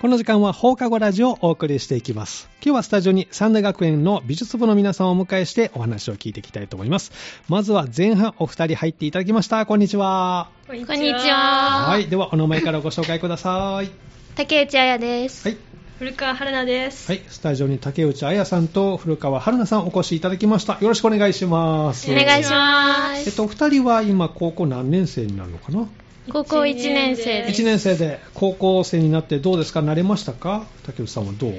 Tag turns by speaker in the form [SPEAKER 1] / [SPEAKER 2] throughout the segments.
[SPEAKER 1] この時間は放課後ラジオをお送りしていきます。今日はスタジオに三大学園の美術部の皆さんをお迎えしてお話を聞いていきたいと思います。まずは前半お二人入っていただきました。こんにちは。
[SPEAKER 2] こん
[SPEAKER 3] こんにちは
[SPEAKER 1] はい。ではお名前からご紹介ください。
[SPEAKER 3] 竹内彩です。
[SPEAKER 1] はい。
[SPEAKER 2] 古川春菜です。
[SPEAKER 1] はい。スタジオに竹内彩さんと古川春菜さんお越しいただきました。よろしくお願いします。
[SPEAKER 3] お願いしま
[SPEAKER 1] えっ
[SPEAKER 3] す。
[SPEAKER 1] と、お二人は今高校何年生になるのかな
[SPEAKER 3] 高校1年生
[SPEAKER 2] はい
[SPEAKER 3] で
[SPEAKER 1] 1
[SPEAKER 3] す。
[SPEAKER 1] 年生で高校生になってどうですか慣れましたか竹内さんはどう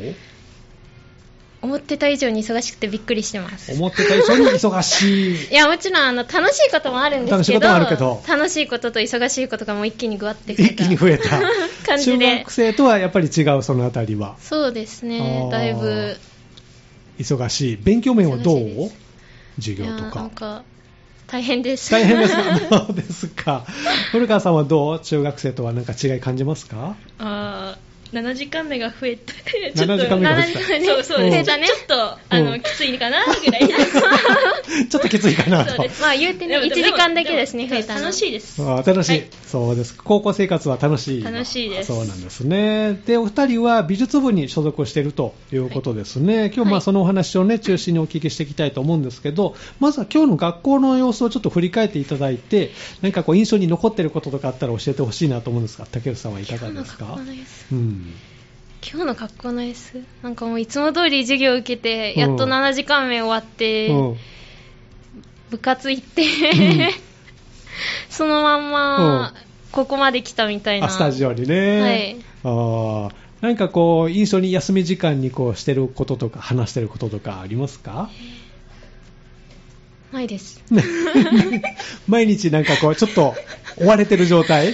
[SPEAKER 3] 思ってた以上に忙しくてびっくりしてます。
[SPEAKER 1] 思ってた以上に忙しい
[SPEAKER 3] いや、もちろん、あの、楽しいこともあるんです
[SPEAKER 1] 楽しい
[SPEAKER 3] けど、
[SPEAKER 1] こともあるけど
[SPEAKER 3] 楽しいことと忙しいことがもう一気にぐわって増えた
[SPEAKER 1] 一気に増えた 中
[SPEAKER 3] 感じで
[SPEAKER 1] 学。生とはやっぱり違うそのあたりは
[SPEAKER 3] そうです
[SPEAKER 1] あー
[SPEAKER 3] ね、だいぶ。
[SPEAKER 1] 忙しい勉強面はどう
[SPEAKER 3] 忙しいで
[SPEAKER 1] 授
[SPEAKER 3] いや
[SPEAKER 1] 業と
[SPEAKER 3] な
[SPEAKER 1] か
[SPEAKER 3] んか、大変です。
[SPEAKER 1] 大 変ですかどうですか古川さんはどう中学生とはなんか違い感じますか
[SPEAKER 2] あー7時間目が増えて、ちょっと
[SPEAKER 1] 7時間目が増え
[SPEAKER 3] た
[SPEAKER 2] そうそう
[SPEAKER 1] うん
[SPEAKER 2] ですちょちょっと、あ
[SPEAKER 1] うん
[SPEAKER 2] の、きついかなぐらいです。
[SPEAKER 1] ちょっときついかな
[SPEAKER 2] そう
[SPEAKER 1] と
[SPEAKER 2] で
[SPEAKER 3] まあ、言うてね、1時間だけですね、
[SPEAKER 2] も
[SPEAKER 3] 増えたの。
[SPEAKER 2] 楽しいです。
[SPEAKER 1] あ楽しい、
[SPEAKER 2] はい
[SPEAKER 1] そうです高校生活は楽しい
[SPEAKER 2] 楽しいです
[SPEAKER 1] そうなんですねでお二人は美術部に所属しているということですね、今日ま
[SPEAKER 3] は
[SPEAKER 1] あ
[SPEAKER 3] い
[SPEAKER 1] そのお話をね中心にお聞きしていきたいと思うんですけどまずは今日の学校の様子をちょっと振り返っていただいて何かこう印象に残っていることとかあったら教えてほしいなと思うんですが竹内さんはいか
[SPEAKER 3] 今
[SPEAKER 1] がで
[SPEAKER 3] 日の
[SPEAKER 1] すか
[SPEAKER 3] 格好の様子。
[SPEAKER 1] うん
[SPEAKER 3] 今日の格好の様子。なんかもういつも通り授業を受けて、やっと7時間目終わって、
[SPEAKER 1] うん
[SPEAKER 3] 部活行って、
[SPEAKER 1] ん
[SPEAKER 3] そのまん
[SPEAKER 1] うん
[SPEAKER 3] まここまで来たみたいな
[SPEAKER 1] あスタジオにね、
[SPEAKER 3] はい
[SPEAKER 1] あー何かこう印象に休み時間にこうしてることとか話してることとかありますか
[SPEAKER 3] ないです
[SPEAKER 1] 毎日なんかこうちょっと追われてる状 態
[SPEAKER 3] い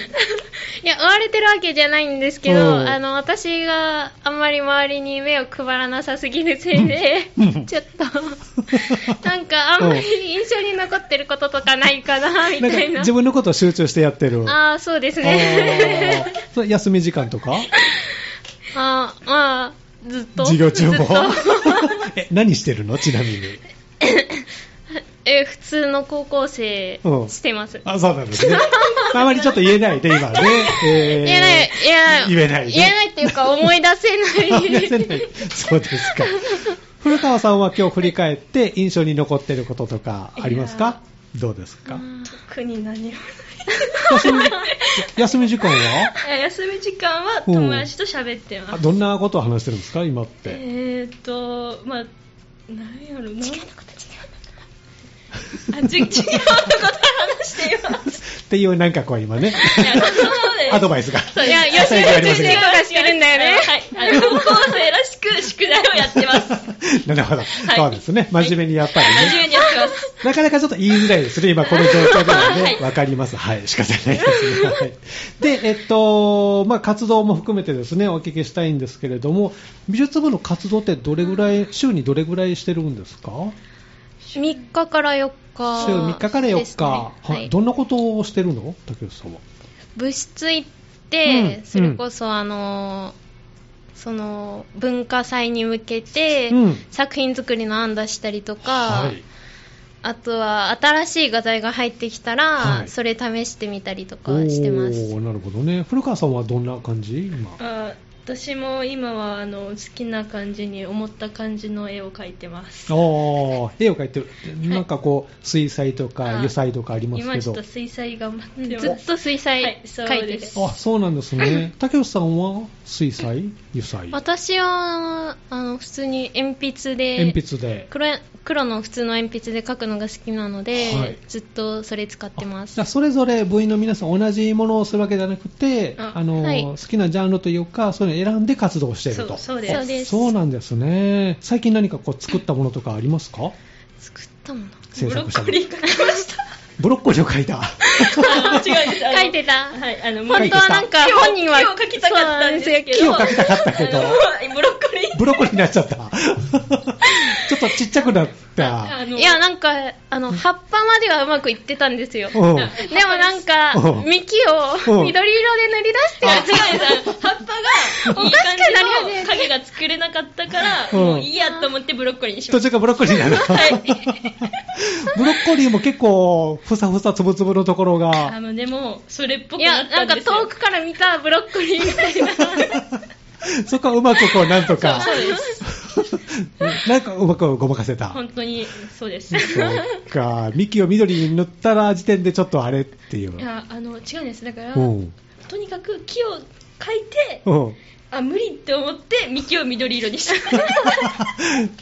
[SPEAKER 3] や追われてるわけじゃないんですけど、
[SPEAKER 1] うん
[SPEAKER 3] あの私があんまり周りに目を配らなさすぎるせいで、
[SPEAKER 1] うん
[SPEAKER 3] ちょっとなんかあんまり印象に残ってることとかないかなみ
[SPEAKER 1] なん
[SPEAKER 3] たい
[SPEAKER 1] か
[SPEAKER 3] な
[SPEAKER 1] 自分のことを集中してやってる
[SPEAKER 3] ああそうですね
[SPEAKER 1] あーそれ休み時間とか
[SPEAKER 3] ああまあずっと
[SPEAKER 1] 授業中
[SPEAKER 3] ず
[SPEAKER 1] も
[SPEAKER 3] っと
[SPEAKER 1] え何してるのちなみに
[SPEAKER 3] え普通の高校生
[SPEAKER 1] うん
[SPEAKER 3] してます、
[SPEAKER 1] あそうなんですねあまりちょっと言えないで今ね、えー
[SPEAKER 3] 言えない、言えない。
[SPEAKER 1] 言えないね
[SPEAKER 3] 言えないっていうか、思い出せな
[SPEAKER 1] あ
[SPEAKER 3] い。
[SPEAKER 1] 出せないそうですか古川さんは今日振り返って印象に残ってることとかありますかどうですか
[SPEAKER 2] 特に何もない
[SPEAKER 1] 休み休み時間は
[SPEAKER 2] あ 休み時間は友達と喋ってま
[SPEAKER 1] あ
[SPEAKER 2] す。
[SPEAKER 1] どんなことを話してるんですか今って
[SPEAKER 2] えーっと、まあ、何やろな。違うこと違う。あ、ち違うこと話してい ます。
[SPEAKER 1] っていうなんかこう今ね
[SPEAKER 2] いやそうです
[SPEAKER 1] アドバイスが。
[SPEAKER 3] いや、吉
[SPEAKER 1] 最近あ
[SPEAKER 3] 田
[SPEAKER 1] りま
[SPEAKER 3] 先
[SPEAKER 1] せんけ
[SPEAKER 3] 生と
[SPEAKER 1] ど
[SPEAKER 3] かしてるんだよね。
[SPEAKER 2] はい。あの高校生らしく宿題をやってます。
[SPEAKER 1] なるほど、
[SPEAKER 2] い
[SPEAKER 1] そうですね。真面目にやっぱり
[SPEAKER 2] 真面
[SPEAKER 1] ね。
[SPEAKER 2] 目にやってます。
[SPEAKER 1] なかなかちょっと言いづらいですね。今この状況では
[SPEAKER 2] は
[SPEAKER 1] ね
[SPEAKER 2] い。
[SPEAKER 1] わかります。はい。仕方ないですね。はい。で、えっと、まあ、活動も含めてですね、お聞きしたいんですけれども、美術部の活動ってどれぐらい、週にどれぐらいしてるんですか
[SPEAKER 3] 3日から4日。
[SPEAKER 1] 週3日から
[SPEAKER 3] で
[SPEAKER 1] 4
[SPEAKER 3] すね
[SPEAKER 1] 日。
[SPEAKER 3] は
[SPEAKER 1] はい。
[SPEAKER 3] い
[SPEAKER 1] ど。んなことをしてるの竹内さんは。
[SPEAKER 3] 部室行っ
[SPEAKER 1] う
[SPEAKER 3] て
[SPEAKER 1] ん、
[SPEAKER 3] それこそ、あのー、その、文化祭に向けて
[SPEAKER 1] うん、
[SPEAKER 3] 作品作りの案出したりとか
[SPEAKER 1] は、い。
[SPEAKER 3] あとは、新しい画材が入ってきた
[SPEAKER 1] は
[SPEAKER 3] ら
[SPEAKER 1] い、
[SPEAKER 3] それ試してみたりとか
[SPEAKER 1] お
[SPEAKER 3] してます
[SPEAKER 1] ー。なるほどね。古川さんはどんな感じ今。
[SPEAKER 2] あ私も今はあの好きな感じに思った感じの絵を描いてます
[SPEAKER 1] ああ、絵を描いてる。なんかこう、水彩と
[SPEAKER 2] あ
[SPEAKER 1] か
[SPEAKER 2] ー
[SPEAKER 1] 油彩とかあります
[SPEAKER 2] 今
[SPEAKER 1] け
[SPEAKER 2] ちょっ
[SPEAKER 1] ど
[SPEAKER 2] と。水彩頑張ってます
[SPEAKER 3] ずっと水彩
[SPEAKER 2] はい
[SPEAKER 3] 描いて
[SPEAKER 2] そう
[SPEAKER 3] る
[SPEAKER 2] で。す
[SPEAKER 1] あ、そうなんですね。竹内さんは水彩油彩
[SPEAKER 3] 私は、あの、普通に鉛筆で、
[SPEAKER 1] 鉛筆で。
[SPEAKER 3] 黒や黒の普通の鉛筆で描くのが好きなので、
[SPEAKER 1] はい
[SPEAKER 3] ずっとそれ使ってま
[SPEAKER 1] あ
[SPEAKER 3] す
[SPEAKER 1] じゃあそれぞれ部員の皆さん同じものをするわけじゃなくて、
[SPEAKER 2] あ
[SPEAKER 1] あの
[SPEAKER 3] はい
[SPEAKER 1] 好きなジャンルというか、そういうのを選んで活動していると。
[SPEAKER 2] そうそう
[SPEAKER 3] ですそうです
[SPEAKER 1] そうなんですね。最近何かこう作ったものとかありますか
[SPEAKER 3] 作ったもの
[SPEAKER 1] 制
[SPEAKER 2] ブロ
[SPEAKER 1] 作した
[SPEAKER 2] ッ
[SPEAKER 1] もの
[SPEAKER 2] コリー描きました
[SPEAKER 1] ブロッコリーを描い た。
[SPEAKER 2] あの違うですあの
[SPEAKER 3] 描いてた
[SPEAKER 2] はいあの
[SPEAKER 1] 書い
[SPEAKER 3] 本
[SPEAKER 1] て
[SPEAKER 3] 当
[SPEAKER 1] た
[SPEAKER 3] はなんか本人は
[SPEAKER 2] 木を描きたかったんですけど
[SPEAKER 1] 木を描きたかったけど
[SPEAKER 2] あ。のブロッコリー
[SPEAKER 1] ブロッコリーになっちゃった。 ちょっとちっちゃくなった。
[SPEAKER 2] あ
[SPEAKER 3] そう
[SPEAKER 2] の
[SPEAKER 3] いやなんかあの葉っぱまではうまくいってたんですよでも
[SPEAKER 1] うん。
[SPEAKER 3] なんか
[SPEAKER 1] うん
[SPEAKER 3] 幹
[SPEAKER 1] う
[SPEAKER 3] を
[SPEAKER 1] ん
[SPEAKER 3] 緑色で塗り出して
[SPEAKER 2] 違
[SPEAKER 3] や
[SPEAKER 2] うです葉っぱ がいい感
[SPEAKER 3] おかしくなり
[SPEAKER 2] じ
[SPEAKER 3] 始
[SPEAKER 2] の
[SPEAKER 3] めて
[SPEAKER 2] 影が作れなかったから、
[SPEAKER 1] うん
[SPEAKER 2] もういいやと思ってブロッコリーにしま
[SPEAKER 1] 途
[SPEAKER 2] した
[SPEAKER 1] 中からブロッコリーになる。 ブロッコリーも結構、ふさふさつぶつぶのところ
[SPEAKER 2] あ
[SPEAKER 1] が、
[SPEAKER 2] のでもそれっぽ
[SPEAKER 3] つい
[SPEAKER 2] くな
[SPEAKER 3] や
[SPEAKER 2] った
[SPEAKER 3] なんんか
[SPEAKER 2] ですよ
[SPEAKER 3] 遠くから見たブロッコリーみたいな
[SPEAKER 1] そこはうまくこう、なんとか、
[SPEAKER 2] そうです。
[SPEAKER 1] なんかうまくごまかせた。
[SPEAKER 2] 本当にそうです。
[SPEAKER 1] そうか、幹を緑に塗ったら時点でちょっとあれっていう。
[SPEAKER 2] いやあの違うんですだから、
[SPEAKER 1] うん。
[SPEAKER 2] とにかく木を描いて
[SPEAKER 1] うん。
[SPEAKER 2] あ無理って思って幹を緑色に した。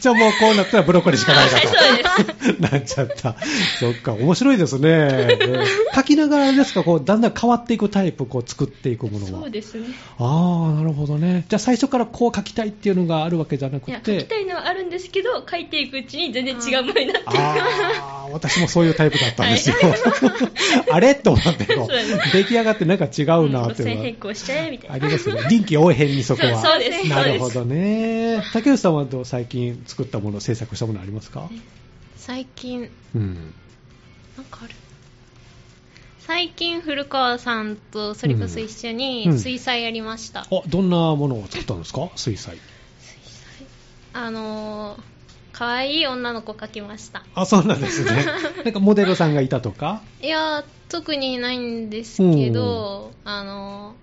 [SPEAKER 1] じゃあもうこうなったらブロッコリーしかないか
[SPEAKER 2] はいそうで
[SPEAKER 1] と。なっちゃった。そっか、面白いですね。書きながらですか、こう、だんだん変わっていくタイプ、こう、作っていくものは。
[SPEAKER 2] そうですね。
[SPEAKER 1] ああ、なるほどね。じゃあ最初からこう書きたいっていうのがあるわけじゃないく
[SPEAKER 2] や描きた
[SPEAKER 1] て。
[SPEAKER 2] いのはあるんですけど描いていくうちに全然違うものになって
[SPEAKER 1] ああ、私もそういうタイプだったんですよ。 あれと思ってこ
[SPEAKER 2] そうです
[SPEAKER 1] う、出来上がってなんか違うなって
[SPEAKER 2] 路
[SPEAKER 1] いう
[SPEAKER 2] 線
[SPEAKER 1] の
[SPEAKER 2] 変
[SPEAKER 1] は。
[SPEAKER 2] 更しちゃえみたい
[SPEAKER 1] あ
[SPEAKER 2] な。
[SPEAKER 1] りますね。臨機応変にそこは。
[SPEAKER 2] そうです
[SPEAKER 1] なる
[SPEAKER 2] そ
[SPEAKER 1] ほ
[SPEAKER 2] うです
[SPEAKER 1] どね。竹内さんはどう最近作ったもの、制作したものありますか
[SPEAKER 3] 最近
[SPEAKER 1] うん。
[SPEAKER 3] なんかある最近古川さんとそれこそ一緒
[SPEAKER 1] うん
[SPEAKER 3] に水彩やりました、
[SPEAKER 1] あ、どんなものを作ったんですか水彩。
[SPEAKER 3] あのー、可愛い女の子描きました
[SPEAKER 1] あ、そうなんです ね。なんかモデルさんがいたとか。
[SPEAKER 3] いやー特にないんですけど、あの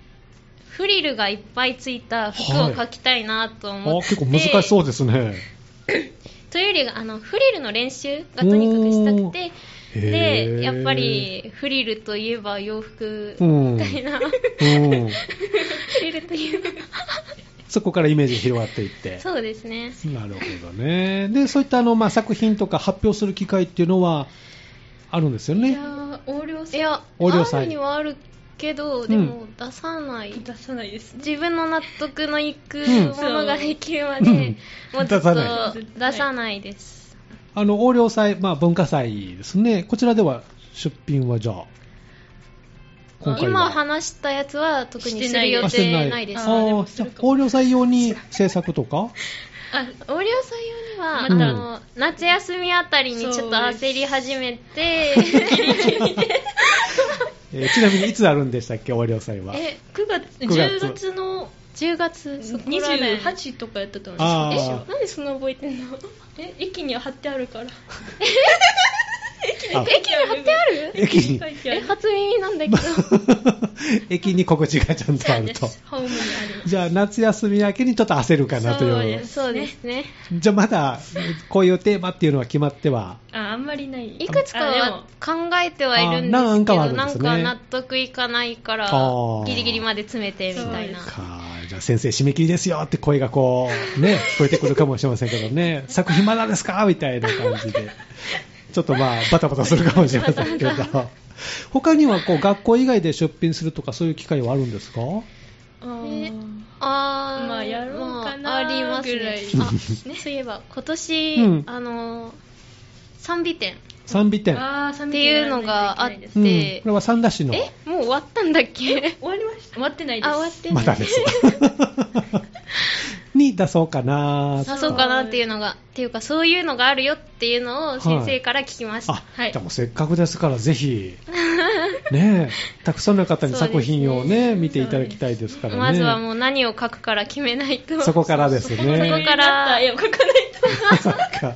[SPEAKER 3] ー、フリルがいっぱいついた服を描きたいなと
[SPEAKER 1] あ、
[SPEAKER 3] 思って、
[SPEAKER 1] 結構難しそうですね。
[SPEAKER 3] というよりあのフリルの練習がとにかくしたくて
[SPEAKER 1] おーへー
[SPEAKER 3] でやっぱりフリルといえば洋服
[SPEAKER 1] うん
[SPEAKER 3] みたいな、
[SPEAKER 1] う
[SPEAKER 3] フ
[SPEAKER 1] ん。
[SPEAKER 3] リルといえば
[SPEAKER 1] そこからイメージが広がっていって。
[SPEAKER 3] そうですね
[SPEAKER 1] なるほどね。で、そういったあの、まあ、作品とか発表する機会っていうのはあるんですよ
[SPEAKER 2] い
[SPEAKER 1] ね
[SPEAKER 2] や。ー横領
[SPEAKER 3] いや
[SPEAKER 1] 横領祭
[SPEAKER 3] あるにはあるけどでも出さない、
[SPEAKER 2] 出さないです。
[SPEAKER 3] 自分の納得のいく
[SPEAKER 1] うん
[SPEAKER 3] ものができるま
[SPEAKER 1] う
[SPEAKER 3] で
[SPEAKER 1] ん、
[SPEAKER 3] もうずっ
[SPEAKER 1] 出さ
[SPEAKER 3] と
[SPEAKER 1] ない
[SPEAKER 3] 出さないです。
[SPEAKER 1] あの、横領祭、まあ、文化祭ですね。こちらでは出品はじゃあ、今回は。
[SPEAKER 3] 今話したやつは特にする予
[SPEAKER 1] あして
[SPEAKER 3] 定ないです。
[SPEAKER 1] あ
[SPEAKER 2] あーで
[SPEAKER 1] ー
[SPEAKER 2] も
[SPEAKER 1] じ
[SPEAKER 2] す
[SPEAKER 1] ゃあ
[SPEAKER 2] るかも
[SPEAKER 1] 横領祭用に制作とか
[SPEAKER 3] あ、オリオさん用には、
[SPEAKER 2] ま
[SPEAKER 3] あ
[SPEAKER 1] た
[SPEAKER 3] の、夏休みあたりにちょっと焦り始めて、
[SPEAKER 1] えーちなみにいつあるんでしたっけ、横領祭は。
[SPEAKER 3] え、
[SPEAKER 2] 9月、
[SPEAKER 1] 9月
[SPEAKER 2] 10月の
[SPEAKER 3] 10月そこらで。
[SPEAKER 2] 28とかやったと思
[SPEAKER 1] あ
[SPEAKER 2] うん
[SPEAKER 1] ー
[SPEAKER 2] ですよ。
[SPEAKER 3] え、なんでそんな覚えてんの
[SPEAKER 2] え、駅には貼ってあるから。
[SPEAKER 1] あ
[SPEAKER 3] 駅に貼ってある
[SPEAKER 1] 駅に
[SPEAKER 2] 書、いてあ
[SPEAKER 3] え、
[SPEAKER 2] る。
[SPEAKER 3] 初耳なんだけど。
[SPEAKER 1] 駅に心地がちゃんとあ
[SPEAKER 2] そう
[SPEAKER 1] る
[SPEAKER 2] で
[SPEAKER 1] と。
[SPEAKER 2] す。ホームにある。
[SPEAKER 1] じゃあ、夏休み明けにちょっと焦るか なという。
[SPEAKER 2] そうです
[SPEAKER 3] そうですね。
[SPEAKER 1] じゃあ、まだ、こういうテーマっていうのは決まっては。
[SPEAKER 2] あ、あんまりない。
[SPEAKER 3] いくつか
[SPEAKER 2] あで
[SPEAKER 3] は
[SPEAKER 2] も
[SPEAKER 3] 考えてはいるんですけ
[SPEAKER 1] あなんかはあるん
[SPEAKER 3] ど、
[SPEAKER 1] で
[SPEAKER 3] な
[SPEAKER 1] す
[SPEAKER 3] ん
[SPEAKER 1] ね
[SPEAKER 3] か納得いかないか
[SPEAKER 1] あ
[SPEAKER 3] ら
[SPEAKER 1] ー、
[SPEAKER 3] ギリギリまで詰めてみたいな
[SPEAKER 2] そう。
[SPEAKER 1] かじゃあ先生締め切りですよって声がこう、 ね、聞こえてくるかもしれませんけどね、作品まだですかみたいな感じで、ちょっとまあ、バタバタするかもしれませんけど、他にはこう学校以外で出品するとかそういう機会はあるんですか
[SPEAKER 2] あー
[SPEAKER 3] あー、
[SPEAKER 2] まあやろうかな
[SPEAKER 3] まああります
[SPEAKER 2] ぐらい
[SPEAKER 3] ね。あ、そういえば、今年、
[SPEAKER 1] うん
[SPEAKER 3] あのー、賛美展
[SPEAKER 1] 賛美展。
[SPEAKER 2] あー、寒
[SPEAKER 3] っ
[SPEAKER 2] い
[SPEAKER 3] ていうのがあっ
[SPEAKER 2] 終
[SPEAKER 1] うん、こ
[SPEAKER 3] て
[SPEAKER 1] れ、は三田市の。
[SPEAKER 3] え、もう終わったんだっけ
[SPEAKER 2] わりました。終わってないです。
[SPEAKER 3] あ、終わって
[SPEAKER 1] ま
[SPEAKER 3] な
[SPEAKER 1] た
[SPEAKER 3] い。
[SPEAKER 1] です。に出そうかな
[SPEAKER 3] あそうかなっていうのが、っていうか、そういうのがあるよっていうのを先生から聞きました。
[SPEAKER 1] あ、
[SPEAKER 2] はい
[SPEAKER 1] じゃあもうせっかくですから、ぜ ひ、ねえ、たくさんの方に作品をね、見ていただきたいですからね。
[SPEAKER 3] まずはもう何を書くから決めないと。
[SPEAKER 1] そこからです
[SPEAKER 3] そこ
[SPEAKER 1] ね。
[SPEAKER 3] から
[SPEAKER 2] いや、書かないと。
[SPEAKER 1] そっか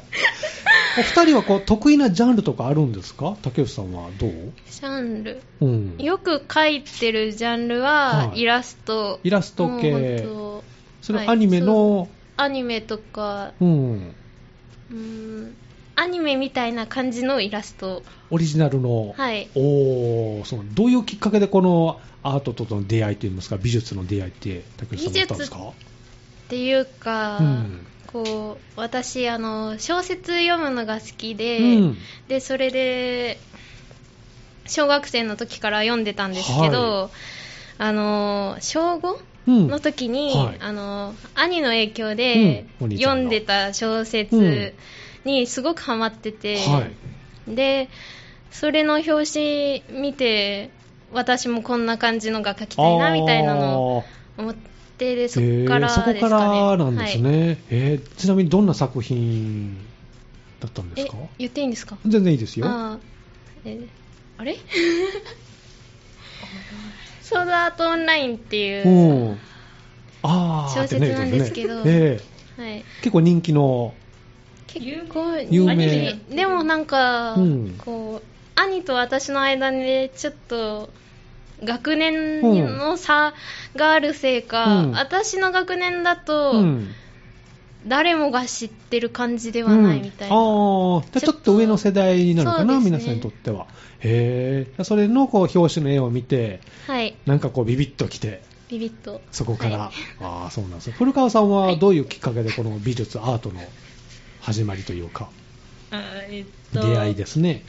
[SPEAKER 1] お二人はこう得意なジャンルとかあるんですか竹内さんはどう、
[SPEAKER 3] ジャンル。
[SPEAKER 1] うん、
[SPEAKER 3] よく書いてるジャンルは、
[SPEAKER 1] はい
[SPEAKER 3] イラスト。
[SPEAKER 1] イラスト系
[SPEAKER 3] もう本
[SPEAKER 1] それアニメの、
[SPEAKER 3] 当アニメとか、
[SPEAKER 1] うん、
[SPEAKER 3] うーん、アニメみたいな感じのイラスト。
[SPEAKER 1] オリジナルの、
[SPEAKER 3] はい。
[SPEAKER 1] おーそのどういうきっかけでこのアートとの出会いといいますか美術の出会いって竹内さんもあったんですか
[SPEAKER 3] っていうか、
[SPEAKER 1] うん
[SPEAKER 3] こう、私、あの、小説読むのが好きで、
[SPEAKER 1] うん
[SPEAKER 3] でそれで小学生の時から読んでたんですけど、
[SPEAKER 1] は
[SPEAKER 3] あの小5
[SPEAKER 1] うん
[SPEAKER 3] の時に、
[SPEAKER 1] はい
[SPEAKER 3] あの兄の影響で
[SPEAKER 1] うんお兄ちゃんの
[SPEAKER 3] 読んでた小説にすごくハマってて、
[SPEAKER 1] はい
[SPEAKER 3] でそれの表紙見て私もこんな感じのが描きたいなみたいなのを
[SPEAKER 1] あー
[SPEAKER 3] 思ってでそこからです
[SPEAKER 1] へ
[SPEAKER 3] か
[SPEAKER 1] ー
[SPEAKER 3] ね
[SPEAKER 1] そこからなんです
[SPEAKER 3] はい
[SPEAKER 1] ね、えーちなみにどんな作品だったんです
[SPEAKER 3] え
[SPEAKER 1] か
[SPEAKER 3] 言っていいんですか
[SPEAKER 1] 全然いいですよ
[SPEAKER 3] あーえあれ ソードアートオンラインっていう、
[SPEAKER 1] うん。あー
[SPEAKER 3] 小説なんですけど
[SPEAKER 1] ってなりますね
[SPEAKER 3] は
[SPEAKER 1] え、
[SPEAKER 3] い
[SPEAKER 1] え結構人気の、
[SPEAKER 3] 結構
[SPEAKER 1] 有名
[SPEAKER 3] アニメでもなんか、
[SPEAKER 1] うん
[SPEAKER 3] こう兄と私の間でちょっと学年の差があるせいか、
[SPEAKER 1] うん
[SPEAKER 3] 私の学年だと、
[SPEAKER 1] うん
[SPEAKER 3] 誰もが知ってる感じではないみたいな、
[SPEAKER 1] うん、ああ、じゃあちょっと上の世代になるのかな、
[SPEAKER 3] そうですね
[SPEAKER 1] 皆さんにとっては。へえ、それのこう表紙の絵を見て、
[SPEAKER 3] はい
[SPEAKER 1] なんかこうビビッときて、
[SPEAKER 3] ビビッと
[SPEAKER 1] そこから、
[SPEAKER 3] はい
[SPEAKER 1] ああ、そうなんですね。古川さんはどういうきっかけでこの美術、アートの始まりというか、
[SPEAKER 2] あーえっ
[SPEAKER 1] 出
[SPEAKER 2] と
[SPEAKER 1] 会いですね。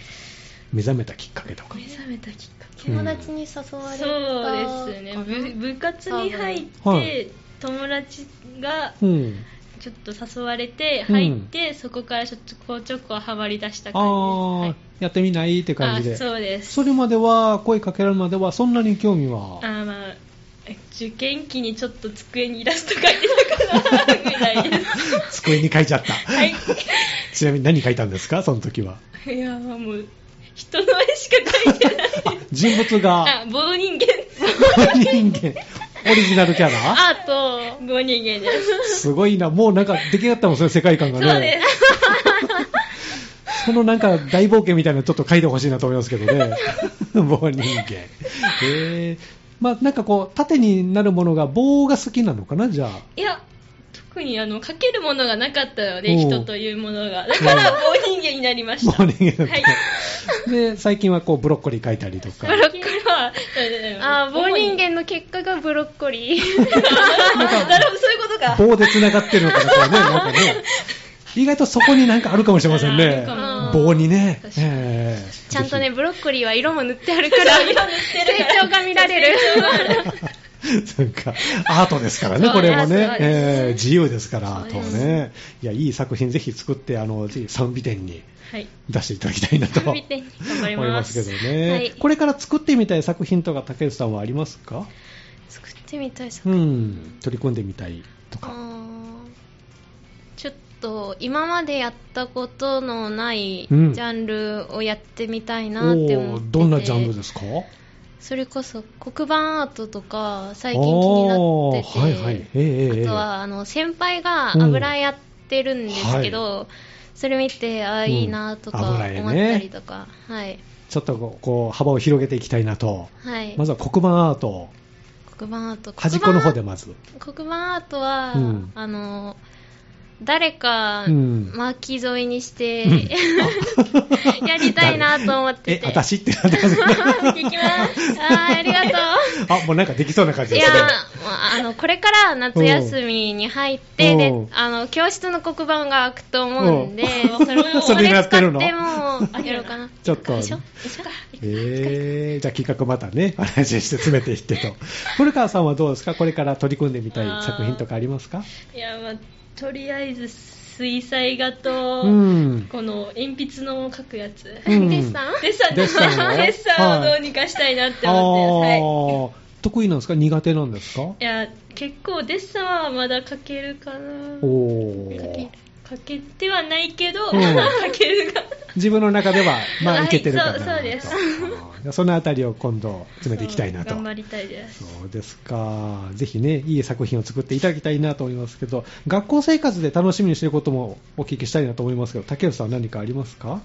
[SPEAKER 1] 目覚めたきっかけとか
[SPEAKER 2] 目。覚めたきっかけ
[SPEAKER 1] うん
[SPEAKER 3] 友達に誘われた、
[SPEAKER 2] そうですね部部活に入っ
[SPEAKER 1] はい
[SPEAKER 2] て友達が
[SPEAKER 1] うん。
[SPEAKER 2] ちょっと誘われて
[SPEAKER 1] うん
[SPEAKER 2] 入って、そこからちょっとこうちょこはまり出した
[SPEAKER 1] あ
[SPEAKER 2] 感じ
[SPEAKER 1] あ、
[SPEAKER 2] はい
[SPEAKER 1] やってみないって感じ
[SPEAKER 2] あ
[SPEAKER 1] で。
[SPEAKER 2] そうです
[SPEAKER 1] それまでは、声かけられるまでは、そんなに興味は。
[SPEAKER 2] あーまあ受験期にちょっと机にイラスト描いてたかなぐらいで
[SPEAKER 1] 机に書いちゃ った。
[SPEAKER 2] す
[SPEAKER 1] ちなみに何書いたんですか、その時は。
[SPEAKER 2] はいいやーもう人の絵しか描いてない
[SPEAKER 1] あ人物が
[SPEAKER 2] あ棒人間
[SPEAKER 1] 人間、オリジナルキャラ
[SPEAKER 3] アート
[SPEAKER 2] 棒人間です
[SPEAKER 1] すごいな、もうなんか出来上がったもん、その世界観が
[SPEAKER 2] そうで
[SPEAKER 1] ね。
[SPEAKER 2] す
[SPEAKER 1] そのなんか大冒険みたいなのちょっと書いてほしいなと思いますけど ね。棒人間。へえまあなんかこう、縦になるものが棒が好きなのかな、じゃあ。
[SPEAKER 2] いや特にあの描けるものがなかったの
[SPEAKER 1] お
[SPEAKER 2] で
[SPEAKER 1] う
[SPEAKER 2] 人というものがだから棒人間になり ました
[SPEAKER 1] 棒人間だっ
[SPEAKER 2] は
[SPEAKER 1] て
[SPEAKER 2] い
[SPEAKER 1] で、最近はこう、ブロッコリー書いたりとか。
[SPEAKER 2] ロックは
[SPEAKER 3] あー棒人
[SPEAKER 2] 間
[SPEAKER 3] 間の結果がブロッコ リー
[SPEAKER 2] なるほどそういうことか
[SPEAKER 1] 棒で繋がってるのかな、こ れね、なんかね。意外とそこになんかあるかもしれませんね
[SPEAKER 2] あ。
[SPEAKER 3] るかも
[SPEAKER 1] 棒にね。
[SPEAKER 2] 確かに
[SPEAKER 1] ええ
[SPEAKER 3] ちゃんと
[SPEAKER 1] ぜ
[SPEAKER 3] ね
[SPEAKER 1] ひ
[SPEAKER 3] ブロッコリーは色も塗ってあるから
[SPEAKER 2] そう
[SPEAKER 3] 成
[SPEAKER 2] 色塗ってるから
[SPEAKER 3] 長が見られる
[SPEAKER 1] なんか、アートですからね、これも
[SPEAKER 2] そうです
[SPEAKER 1] ね
[SPEAKER 2] そ。うです
[SPEAKER 1] えー自由ですから、アートを
[SPEAKER 2] そう
[SPEAKER 1] ね。いや、いい作品ぜひ作って、あの、ぜひ賛美店に
[SPEAKER 2] はい
[SPEAKER 1] 出していただきたいなと。
[SPEAKER 3] 賛美店に
[SPEAKER 2] 頑張り
[SPEAKER 1] 思いま
[SPEAKER 2] ますす
[SPEAKER 1] けどね、
[SPEAKER 3] はい
[SPEAKER 1] これから作ってみたい作品とか竹内さんはありますか
[SPEAKER 3] 作ってみたい作
[SPEAKER 1] うん取り組んでみたいと
[SPEAKER 3] あ
[SPEAKER 1] か
[SPEAKER 3] ーちょっと今までやったことのないジ
[SPEAKER 1] うん
[SPEAKER 3] ャンルをやってみたい
[SPEAKER 1] お
[SPEAKER 3] なって思ってて、
[SPEAKER 1] ーどんなジャンルですか
[SPEAKER 3] それこそ黒板アートとか最近気になってて、
[SPEAKER 1] あーはいはいええええ
[SPEAKER 3] あとはあの先輩が油絵やってるんですけど、それ見てああいいなと
[SPEAKER 1] うん
[SPEAKER 3] か
[SPEAKER 1] 油絵ね
[SPEAKER 3] 思ったりとか、はい
[SPEAKER 1] ちょっとこうこう幅を広げていきたいなと、
[SPEAKER 3] はい、
[SPEAKER 1] まずは黒板アート
[SPEAKER 3] 黒板アート
[SPEAKER 1] 端っこの方でまず
[SPEAKER 3] 黒板アートは、
[SPEAKER 1] うん
[SPEAKER 3] あの誰か
[SPEAKER 1] うん
[SPEAKER 3] マーキー沿いにして、
[SPEAKER 1] うん
[SPEAKER 3] やりたいなと思って
[SPEAKER 1] え
[SPEAKER 3] て、
[SPEAKER 1] 私ってなってますね
[SPEAKER 3] 行きますあーありがと
[SPEAKER 1] あもうなんかでき そうな感
[SPEAKER 3] う
[SPEAKER 1] じ
[SPEAKER 3] い
[SPEAKER 1] で
[SPEAKER 3] や
[SPEAKER 1] すね
[SPEAKER 3] あのこれから夏休みに入って
[SPEAKER 1] お
[SPEAKER 3] で
[SPEAKER 1] う
[SPEAKER 3] あの教室の黒板が開くと思うんで
[SPEAKER 2] おうそれを
[SPEAKER 3] それ
[SPEAKER 1] 狙っ
[SPEAKER 3] 使ってて
[SPEAKER 1] る
[SPEAKER 3] も
[SPEAKER 1] の
[SPEAKER 3] やろうかな
[SPEAKER 1] ちょっと
[SPEAKER 3] でしょ
[SPEAKER 1] えー、じゃあ企画またね、話して詰めていって と。古川さんはどうですかこれから取り組んでみたい作品とかありますか
[SPEAKER 2] いやまあとりあえず水彩画と、
[SPEAKER 1] うん。
[SPEAKER 2] この鉛筆の描くやつ
[SPEAKER 1] うん
[SPEAKER 3] デッサン
[SPEAKER 2] デッサン
[SPEAKER 1] デッサンを
[SPEAKER 2] デッサンをどうにかしたいなって思ってます、はい
[SPEAKER 1] あー得意なんですか苦手なんですか
[SPEAKER 2] いや結構デッサンはまだ描けるかな
[SPEAKER 1] お
[SPEAKER 2] 描
[SPEAKER 1] お。
[SPEAKER 2] けてはないけど、
[SPEAKER 1] うん
[SPEAKER 2] まだ描けるが
[SPEAKER 1] 自分の中では、ま
[SPEAKER 2] は
[SPEAKER 1] あ、
[SPEAKER 2] い
[SPEAKER 1] いけてるかなと。
[SPEAKER 2] そうそうです
[SPEAKER 1] あーそのあたりを今度、詰めていきたいなと。
[SPEAKER 2] 頑張りたいです
[SPEAKER 1] そうですか。ぜひね、いい作品を作っていただきたいなと思いますけど、学校生活で楽しみにしてることもお聞きしたいなと思いますけど、竹内さんは何かありますか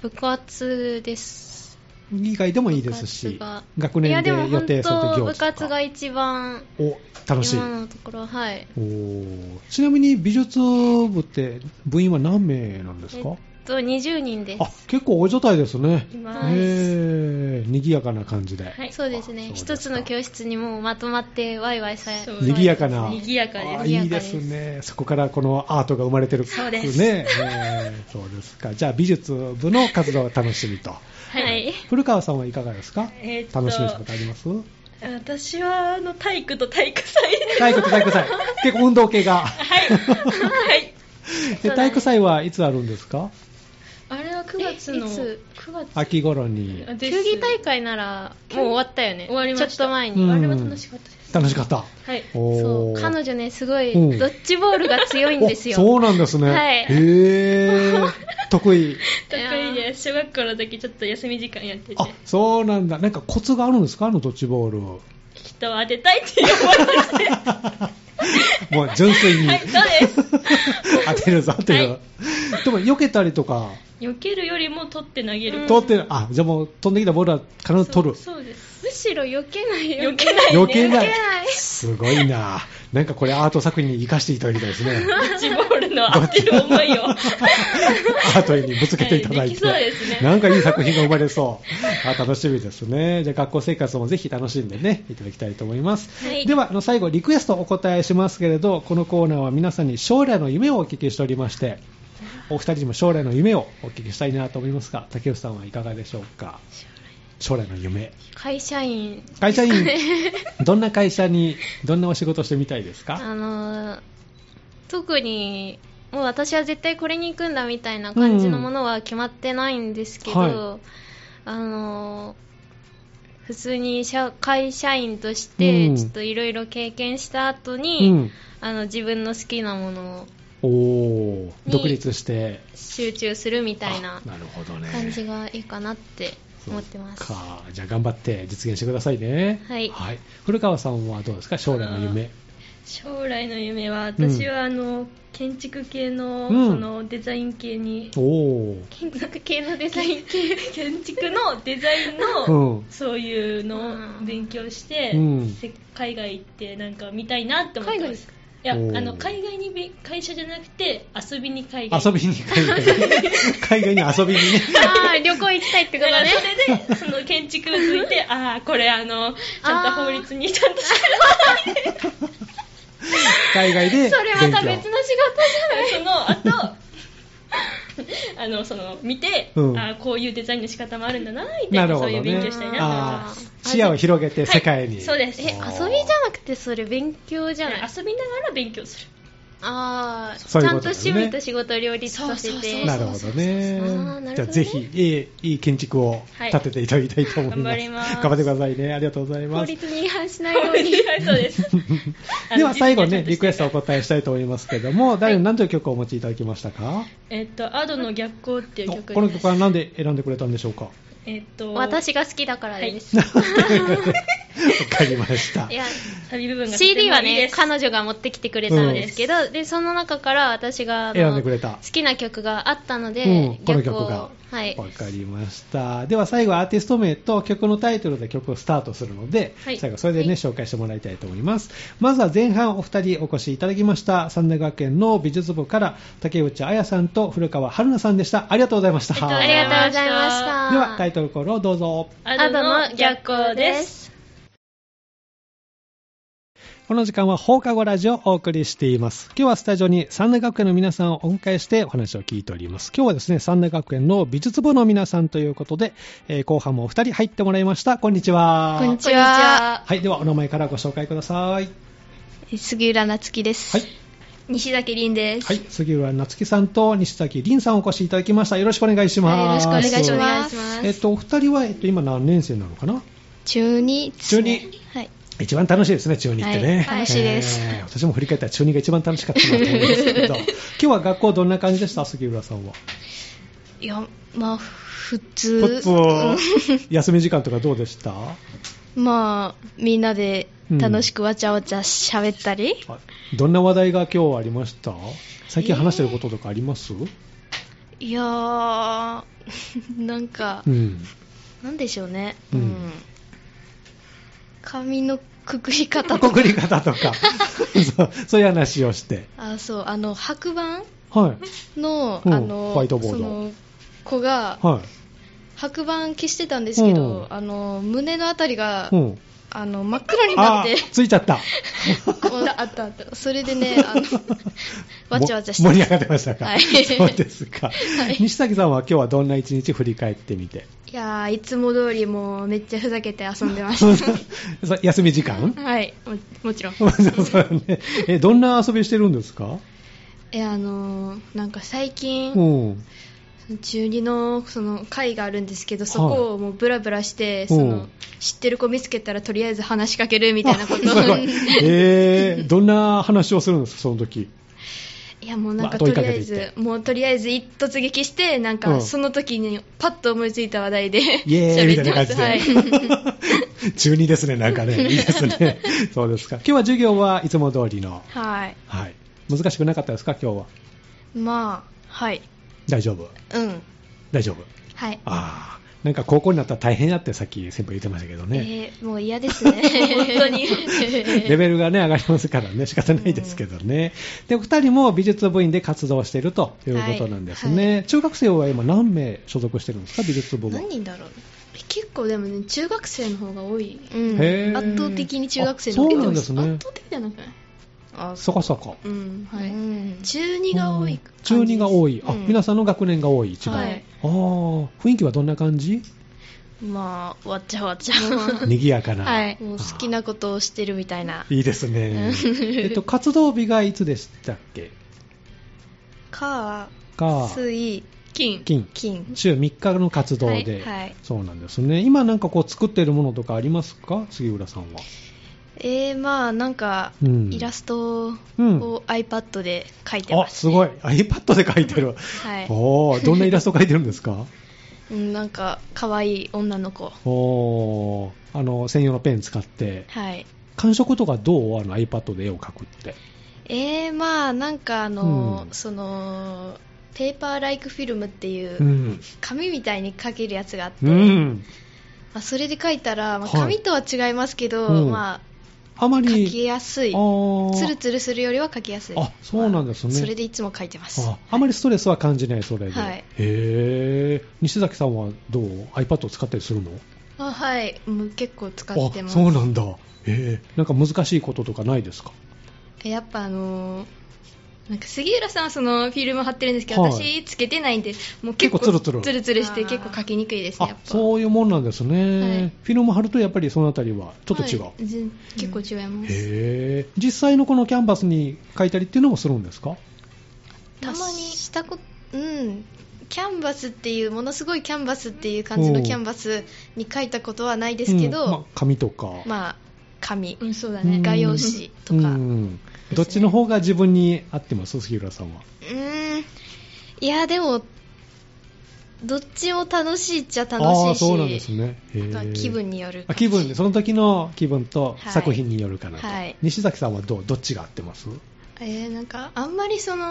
[SPEAKER 3] 部活です
[SPEAKER 1] 以外でもいいですし
[SPEAKER 3] 部活が、
[SPEAKER 1] 学
[SPEAKER 3] いや
[SPEAKER 1] 年で
[SPEAKER 3] で
[SPEAKER 1] 予
[SPEAKER 3] も本
[SPEAKER 1] 定されて
[SPEAKER 3] 当
[SPEAKER 1] 行
[SPEAKER 3] 部
[SPEAKER 1] 事とか
[SPEAKER 3] 活が一番
[SPEAKER 1] お、楽しい。
[SPEAKER 3] 今のところはい
[SPEAKER 1] おーちなみに美術部って部員は何名なんですか
[SPEAKER 3] と20人で
[SPEAKER 1] あ、結構大所帯ですね。
[SPEAKER 2] い
[SPEAKER 1] へ
[SPEAKER 2] ます
[SPEAKER 1] ー、賑やかな感じで。
[SPEAKER 2] はい
[SPEAKER 3] すそうですね
[SPEAKER 1] あそうですか
[SPEAKER 3] 一つの教室にもうまとまってワイワイさ
[SPEAKER 2] そう
[SPEAKER 1] 賑やかな。
[SPEAKER 2] 賑やかです
[SPEAKER 1] あいいですね。そこからこのアートが生まれてる。
[SPEAKER 2] そうです
[SPEAKER 1] ね。えーそうですか。じゃあ美術部の活動を楽しみと。
[SPEAKER 3] はい
[SPEAKER 1] 古川さんはいかがですか、
[SPEAKER 2] えーっと
[SPEAKER 1] 楽しみなことあります
[SPEAKER 2] 私はあの体育と体育 祭
[SPEAKER 1] 体育と体育 祭。結構運動系が。
[SPEAKER 2] はい
[SPEAKER 1] で体育祭はいつあるんですか
[SPEAKER 2] あれは9月の
[SPEAKER 3] えいつ
[SPEAKER 2] 9月
[SPEAKER 1] 秋頃に。
[SPEAKER 2] です
[SPEAKER 3] 球技大会ならもう終わったよね
[SPEAKER 2] 終わりました
[SPEAKER 3] ちょっと前
[SPEAKER 1] う
[SPEAKER 3] に、
[SPEAKER 1] ん
[SPEAKER 2] あれは楽しかったです
[SPEAKER 1] 楽しかった。
[SPEAKER 2] はい
[SPEAKER 3] そ
[SPEAKER 1] お
[SPEAKER 3] う
[SPEAKER 1] ー
[SPEAKER 3] 彼女ねすごい
[SPEAKER 1] うん
[SPEAKER 3] ドッジボールが強いんですよ
[SPEAKER 1] お そうなんですね。
[SPEAKER 3] はい
[SPEAKER 1] へ ー。得意。
[SPEAKER 2] 得意です小学校の時ちょっと休み時間やってて
[SPEAKER 1] あ、そうなんだ。なんかコツがあるんですかあのドッジボール。も
[SPEAKER 2] 人を当てたいっていう思いです
[SPEAKER 1] う純粋 に
[SPEAKER 2] はいそうです
[SPEAKER 1] 当てるぞっていう。
[SPEAKER 2] は
[SPEAKER 1] でも避けたりとか、
[SPEAKER 2] 避けるよりも取って投げる
[SPEAKER 3] うん
[SPEAKER 1] 取って、あ、じゃあもう飛んできたボールは必ず取る。
[SPEAKER 2] そうそうです
[SPEAKER 3] むしろ避けないよ、
[SPEAKER 2] 避
[SPEAKER 3] ね、
[SPEAKER 2] けない
[SPEAKER 1] 余計な
[SPEAKER 3] 避けない
[SPEAKER 1] すごいな。なんかこれアート作品に生かしていただきたいですね。
[SPEAKER 2] ドッジボールの当てる思いを。
[SPEAKER 1] アートにぶつけていただいて。
[SPEAKER 2] はいできそうですね
[SPEAKER 1] なんかいい作品が生まれそう。あ楽しみですね。じゃあ学校生活もぜひ楽しんでね、いただきたいと思います。
[SPEAKER 3] はい
[SPEAKER 1] では、あの最後、リクエストお答えしますけれど、このコーナーは皆さんに将来の夢をお聞きしておりまして、お二人にも将来の夢をお聞きしたいなと思いますが、竹内さんはいかがでしょうか将来の夢。
[SPEAKER 3] 会社員
[SPEAKER 1] 会社員、どんな会社に、どんなお仕事してみたいですか
[SPEAKER 3] あのー特にもう私は絶対これに行くんだみたいな感じのものは決まってないんですけど、
[SPEAKER 1] は
[SPEAKER 3] あのー普通に社会社員として
[SPEAKER 1] うん
[SPEAKER 3] ちょっといろいろ経験した後
[SPEAKER 1] う
[SPEAKER 3] に、
[SPEAKER 1] ん。
[SPEAKER 3] あの自分の好きなものを
[SPEAKER 1] おお独立して。
[SPEAKER 3] 集中するみたいな
[SPEAKER 1] あなるほどね。
[SPEAKER 3] 感じがいいかなって思ってます
[SPEAKER 1] そうか。じゃあ頑張って実現してくださいね。
[SPEAKER 3] はい
[SPEAKER 1] 古川さんはどうですか将来の夢。
[SPEAKER 2] 将来の夢は、私はあの、建築系の、
[SPEAKER 1] うん
[SPEAKER 2] そのデザイン系に、
[SPEAKER 1] おお
[SPEAKER 3] 建築系のデザイン
[SPEAKER 2] 建築建築のデザイン
[SPEAKER 1] う
[SPEAKER 2] の、
[SPEAKER 1] ん。
[SPEAKER 2] そういうのを勉強して、
[SPEAKER 1] うん
[SPEAKER 2] せ海外行ってなんか見たいなって思って
[SPEAKER 3] 海外
[SPEAKER 2] ま
[SPEAKER 3] ですすか
[SPEAKER 2] いやあ
[SPEAKER 1] おー
[SPEAKER 2] の海外にべ会社じゃなくて遊びに海外
[SPEAKER 1] 遊びに海外に海外に遊びにね。
[SPEAKER 3] あー旅行行きたいってこ
[SPEAKER 2] だから
[SPEAKER 3] とね
[SPEAKER 2] それでその建築についてああこれあのちゃんと法律にちゃんとし
[SPEAKER 1] 海外で勉強。
[SPEAKER 3] それまた別の仕事じゃない
[SPEAKER 2] てその後 あのその見て、
[SPEAKER 1] うん
[SPEAKER 2] あーこういうデザインの仕方もあるんだなみ
[SPEAKER 1] な
[SPEAKER 2] た
[SPEAKER 1] いる
[SPEAKER 2] な
[SPEAKER 1] ほ
[SPEAKER 2] そ
[SPEAKER 1] ど
[SPEAKER 2] ういう
[SPEAKER 1] ね。
[SPEAKER 2] 勉強したいなと思いま
[SPEAKER 1] あ
[SPEAKER 2] す
[SPEAKER 1] ー視野を広げて世界に。
[SPEAKER 2] はいそうです
[SPEAKER 3] え遊び
[SPEAKER 1] あ
[SPEAKER 3] じゃ
[SPEAKER 1] ー
[SPEAKER 3] なくてそれ勉強じゃない
[SPEAKER 2] 遊びながら勉強する
[SPEAKER 3] ああ
[SPEAKER 1] そう
[SPEAKER 3] ち
[SPEAKER 1] いう
[SPEAKER 3] ゃ
[SPEAKER 1] こ
[SPEAKER 3] ん
[SPEAKER 1] と
[SPEAKER 3] と
[SPEAKER 1] ですね
[SPEAKER 3] 趣味と仕事を両立させ
[SPEAKER 2] そうそうそう
[SPEAKER 3] て
[SPEAKER 1] なるほどね
[SPEAKER 3] あーなるほどね
[SPEAKER 1] じゃあぜひいいいい建築を立てていただきたいと思います、
[SPEAKER 2] はい頑張ります
[SPEAKER 1] 頑張ってくださいねありがとうござい
[SPEAKER 3] 法
[SPEAKER 1] ます
[SPEAKER 3] 律に違反しないよ うに
[SPEAKER 2] はいそうですあの
[SPEAKER 1] では最後ね
[SPEAKER 2] 実
[SPEAKER 1] リクエストをお答えしたいと思いますけども誰の何という曲をお持ちいただきましたか、
[SPEAKER 2] えっと、アドの逆光っていう
[SPEAKER 1] お
[SPEAKER 2] 曲
[SPEAKER 1] この
[SPEAKER 2] です
[SPEAKER 1] 曲は何で選んでくれたんでし ょうかわ
[SPEAKER 2] えっと、
[SPEAKER 3] 私が好きだからです、
[SPEAKER 1] かりました
[SPEAKER 3] い、や
[SPEAKER 2] サビ部分がとても
[SPEAKER 3] CD はい
[SPEAKER 2] い
[SPEAKER 3] ね
[SPEAKER 2] です
[SPEAKER 3] 彼女が持ってきてくれたんですけど、でその中から私があの
[SPEAKER 1] 選んでくれ
[SPEAKER 3] 好
[SPEAKER 1] た
[SPEAKER 3] きな曲があったので、
[SPEAKER 1] うん、この
[SPEAKER 3] 逆
[SPEAKER 1] 曲
[SPEAKER 3] を
[SPEAKER 1] が。
[SPEAKER 3] はい
[SPEAKER 1] わかりました。では最後、アーティスト名と曲のタイトルで曲をスタートするので、
[SPEAKER 2] はい
[SPEAKER 1] 最後、それでね、紹介してもらいたいと思います。まずは前半お二人お越しいただきました、三田学園の美術部から、竹内彩さんと古川春菜さんでした。ありがとうございました。
[SPEAKER 2] ありがとうご
[SPEAKER 3] あ
[SPEAKER 2] ざ
[SPEAKER 3] り
[SPEAKER 2] い
[SPEAKER 3] が
[SPEAKER 2] ます
[SPEAKER 3] とうございました
[SPEAKER 1] では、タイトルコールをどうぞ。
[SPEAKER 3] ア
[SPEAKER 2] ア
[SPEAKER 3] ド
[SPEAKER 2] ド
[SPEAKER 3] の
[SPEAKER 2] の
[SPEAKER 3] 逆
[SPEAKER 2] 逆
[SPEAKER 3] 光
[SPEAKER 2] 光
[SPEAKER 3] で
[SPEAKER 2] です。
[SPEAKER 3] す
[SPEAKER 1] この時間は放課後ラジオをお送りしています。今日はスタジオに三田学園の皆さんをお迎えしてお話を聞いております。今日はですね、三田学園の美術部の皆さんということで、えー後半もお二人入ってもらいました。こんにちは。
[SPEAKER 3] こんにち
[SPEAKER 1] は
[SPEAKER 3] は。
[SPEAKER 1] い、ではお名前からご紹介ください。
[SPEAKER 3] 杉浦夏樹です
[SPEAKER 1] はい、
[SPEAKER 3] 西崎凛で
[SPEAKER 1] はい、杉浦夏樹さんと西崎凛さんをお越しいただきました。よろしくお願いします。
[SPEAKER 3] はいよろしくお願いし
[SPEAKER 1] す。
[SPEAKER 3] ます
[SPEAKER 1] えっと、お二人は、えっと、今何年生なのかな
[SPEAKER 4] 中二
[SPEAKER 1] 中二。
[SPEAKER 4] はい。
[SPEAKER 1] 一番楽しいですね、中二ってね。
[SPEAKER 4] はい楽しいです
[SPEAKER 1] えー私も振り返ったら中二が一番楽しかったなと思うんですけ ど、今日は学校どんな感じでした、杉浦さんは。
[SPEAKER 4] いや、まあ、普
[SPEAKER 1] こっ
[SPEAKER 4] 通。
[SPEAKER 1] ち休み時間とかどうでしたあ
[SPEAKER 4] まあ、みんなで楽しくわちゃわちゃ喋ったり、
[SPEAKER 1] どんな話題が今日ありました最近話してることとかあります、
[SPEAKER 4] いやー、 なんか、
[SPEAKER 1] うん。
[SPEAKER 4] なんでしょうね。
[SPEAKER 1] う
[SPEAKER 4] うんん。髪のくくり方とか。
[SPEAKER 1] 告り方 とかそう、そういう話をして。
[SPEAKER 4] あ、そう、あの、白板
[SPEAKER 1] はい。
[SPEAKER 4] の、
[SPEAKER 1] うん
[SPEAKER 4] あの、
[SPEAKER 1] ホワイトボード
[SPEAKER 4] その、子が、
[SPEAKER 1] は
[SPEAKER 4] 白板消してたんですけ
[SPEAKER 1] う
[SPEAKER 4] ど、
[SPEAKER 1] ん
[SPEAKER 4] あの、胸のあたりが、
[SPEAKER 1] い。うん。
[SPEAKER 4] あの、真っ黒になっ
[SPEAKER 1] あ
[SPEAKER 4] て、
[SPEAKER 1] ついちゃった。
[SPEAKER 4] こうあったあった。それで ね、あの、わちゃわちゃして
[SPEAKER 1] も盛り上がってましたか。
[SPEAKER 4] はい
[SPEAKER 1] そうですか、
[SPEAKER 4] い
[SPEAKER 1] 西崎さんは今日はどんな一日振り返ってみて。
[SPEAKER 4] いやーいつも通りもうめっちゃふざけて遊んでまし
[SPEAKER 1] そう 休み時間
[SPEAKER 4] たはいももちろん
[SPEAKER 1] そうねえどんな遊びしてるんですか、
[SPEAKER 4] えあのーなんか最近、
[SPEAKER 1] うん、
[SPEAKER 4] 中二のその会があるんですけどそこをもうブラブラして、そ
[SPEAKER 1] お
[SPEAKER 4] の
[SPEAKER 1] う
[SPEAKER 4] 知ってる子見つけたらとりあえず話しかけるみたいなこと
[SPEAKER 1] すごい、 えー、どんな話をするんですか、その時
[SPEAKER 4] いやもうなん
[SPEAKER 1] まあ
[SPEAKER 4] かと
[SPEAKER 1] 問いか
[SPEAKER 4] りあ
[SPEAKER 1] けてい
[SPEAKER 4] え
[SPEAKER 1] って
[SPEAKER 4] ず、もうとりあえず一突撃してなん
[SPEAKER 1] う
[SPEAKER 4] か
[SPEAKER 1] ん
[SPEAKER 4] その時にパッと思いついた話題で
[SPEAKER 1] イエーイみたいな感じで、
[SPEAKER 4] はい
[SPEAKER 1] 中二ですね、なんかね、 いいですね、そうですか、今日は授業はいつも通りの、
[SPEAKER 4] はい
[SPEAKER 1] はい、難しくなかったですか、今日は、
[SPEAKER 4] まあはい
[SPEAKER 1] 大丈夫、
[SPEAKER 4] うん
[SPEAKER 1] 大丈夫、
[SPEAKER 4] はい
[SPEAKER 1] あーなんか高校になったら大変やってさっき先輩言ってましたけどね。
[SPEAKER 3] えーもう嫌ですね。
[SPEAKER 5] 本当 に。
[SPEAKER 1] レベルがね、上がりますからね、仕方ないですけどね。で、お二人も美術部員で活動しているということなんですね。
[SPEAKER 3] はい
[SPEAKER 1] 中学生は今何名所属してるんですか、美術部は。
[SPEAKER 3] 何人だろう結構でもね中学生の方が多い、
[SPEAKER 1] へー
[SPEAKER 3] 圧倒的に中学生の方
[SPEAKER 1] あそう
[SPEAKER 3] が
[SPEAKER 1] な
[SPEAKER 3] 多
[SPEAKER 1] ん
[SPEAKER 3] い
[SPEAKER 1] ですね
[SPEAKER 3] 圧倒的じゃなくない
[SPEAKER 5] あ
[SPEAKER 1] そこそこ。
[SPEAKER 3] うんは
[SPEAKER 5] う
[SPEAKER 3] い
[SPEAKER 5] ん
[SPEAKER 3] 中2が多い感じです
[SPEAKER 1] 中2が多い。あ、
[SPEAKER 5] うん
[SPEAKER 1] 皆さんの学年が多い、一番。
[SPEAKER 3] はい
[SPEAKER 1] ああ、雰囲気はどんな感 じ
[SPEAKER 5] まあ、わっちゃわっちゃ。
[SPEAKER 1] 賑やかな。
[SPEAKER 5] はい。 もう好きなことをしてるみたいな。
[SPEAKER 1] いいです ね。えっと、活動日がいつでしたっけ
[SPEAKER 5] か、
[SPEAKER 1] か、
[SPEAKER 5] 水、金。
[SPEAKER 1] 金
[SPEAKER 5] 金。
[SPEAKER 1] 週3日の活動で。
[SPEAKER 5] はいはい
[SPEAKER 1] そうなんですね。今なんかこう作ってるものとかありますか杉浦さんは。
[SPEAKER 3] えー、まあなんか、
[SPEAKER 1] うん
[SPEAKER 3] イラストを
[SPEAKER 1] うん
[SPEAKER 3] iPad で描いて
[SPEAKER 1] あ、
[SPEAKER 3] ます、
[SPEAKER 1] すごい。iPad で描いてる。
[SPEAKER 3] はい、
[SPEAKER 1] おーどんなイラスト描いてるんですか
[SPEAKER 3] うん、なんか可愛い女の子
[SPEAKER 1] おーあの、専用のペン使って。
[SPEAKER 3] はい
[SPEAKER 1] 感触とかどうあの iPad で絵を描くって。
[SPEAKER 3] えー、まあなんかあの、
[SPEAKER 1] うん
[SPEAKER 3] そのペーパーライクフィルムっていう、
[SPEAKER 1] うん。
[SPEAKER 3] 紙みたいに描けるやつがあって、
[SPEAKER 1] うん。
[SPEAKER 3] まあ、それで描いたら、まあ、
[SPEAKER 1] はい
[SPEAKER 3] 紙とは違いますけど、
[SPEAKER 1] うん
[SPEAKER 3] ま
[SPEAKER 1] あま
[SPEAKER 3] あ描き
[SPEAKER 1] り、
[SPEAKER 3] やすい
[SPEAKER 1] ー
[SPEAKER 3] ツルツルするよりは描きやすい
[SPEAKER 1] あ、そうなんですね。
[SPEAKER 3] それでいつも描いてます
[SPEAKER 1] ああまりストレスは感じない、それで。
[SPEAKER 3] はい
[SPEAKER 1] へー西崎さんはどう ?iPad を使ったりするの
[SPEAKER 3] あはいもう結構使ってます
[SPEAKER 1] あ、そうなんだ。へーなんか難しいこととかないですか
[SPEAKER 3] やっぱあのーなんか杉浦さんはそのフィルム貼ってるんですけど、
[SPEAKER 1] はい
[SPEAKER 3] 私つけてないんでもう結構
[SPEAKER 1] 結構ツルツル
[SPEAKER 3] して結構描きにくいですねや
[SPEAKER 1] あ
[SPEAKER 3] っぱ、
[SPEAKER 1] そういうもんなんですね。
[SPEAKER 3] はい
[SPEAKER 1] フィルム貼るとやっぱりそのあたりはちょっと違う。
[SPEAKER 3] はい全結構違います、
[SPEAKER 1] へー実際のこのキャンバスに書いたりっていうのもするんですか
[SPEAKER 3] たまにしたこうんキャンバスっていうものすごいキャンバスっていう感じのキャンバスに書いたことはないですけど、
[SPEAKER 1] うんまあ紙とか。
[SPEAKER 3] まあ紙
[SPEAKER 2] うん、そうだ
[SPEAKER 1] うん
[SPEAKER 2] ね。
[SPEAKER 3] 画用紙
[SPEAKER 1] う
[SPEAKER 3] とかうん
[SPEAKER 1] んどっちの方が自分に合ってます杉浦さんは。
[SPEAKER 3] んいやでもどっちも楽しいっちゃ楽
[SPEAKER 1] あ
[SPEAKER 3] し
[SPEAKER 1] あ
[SPEAKER 3] いし
[SPEAKER 1] そうなんですね。へー
[SPEAKER 3] まあ気分による
[SPEAKER 1] あ気分でその時の気分と
[SPEAKER 3] はい
[SPEAKER 1] 作品によるかなと、
[SPEAKER 3] はい
[SPEAKER 1] 西崎さんはどうどっちが合ってます
[SPEAKER 3] えーなんかあんまりその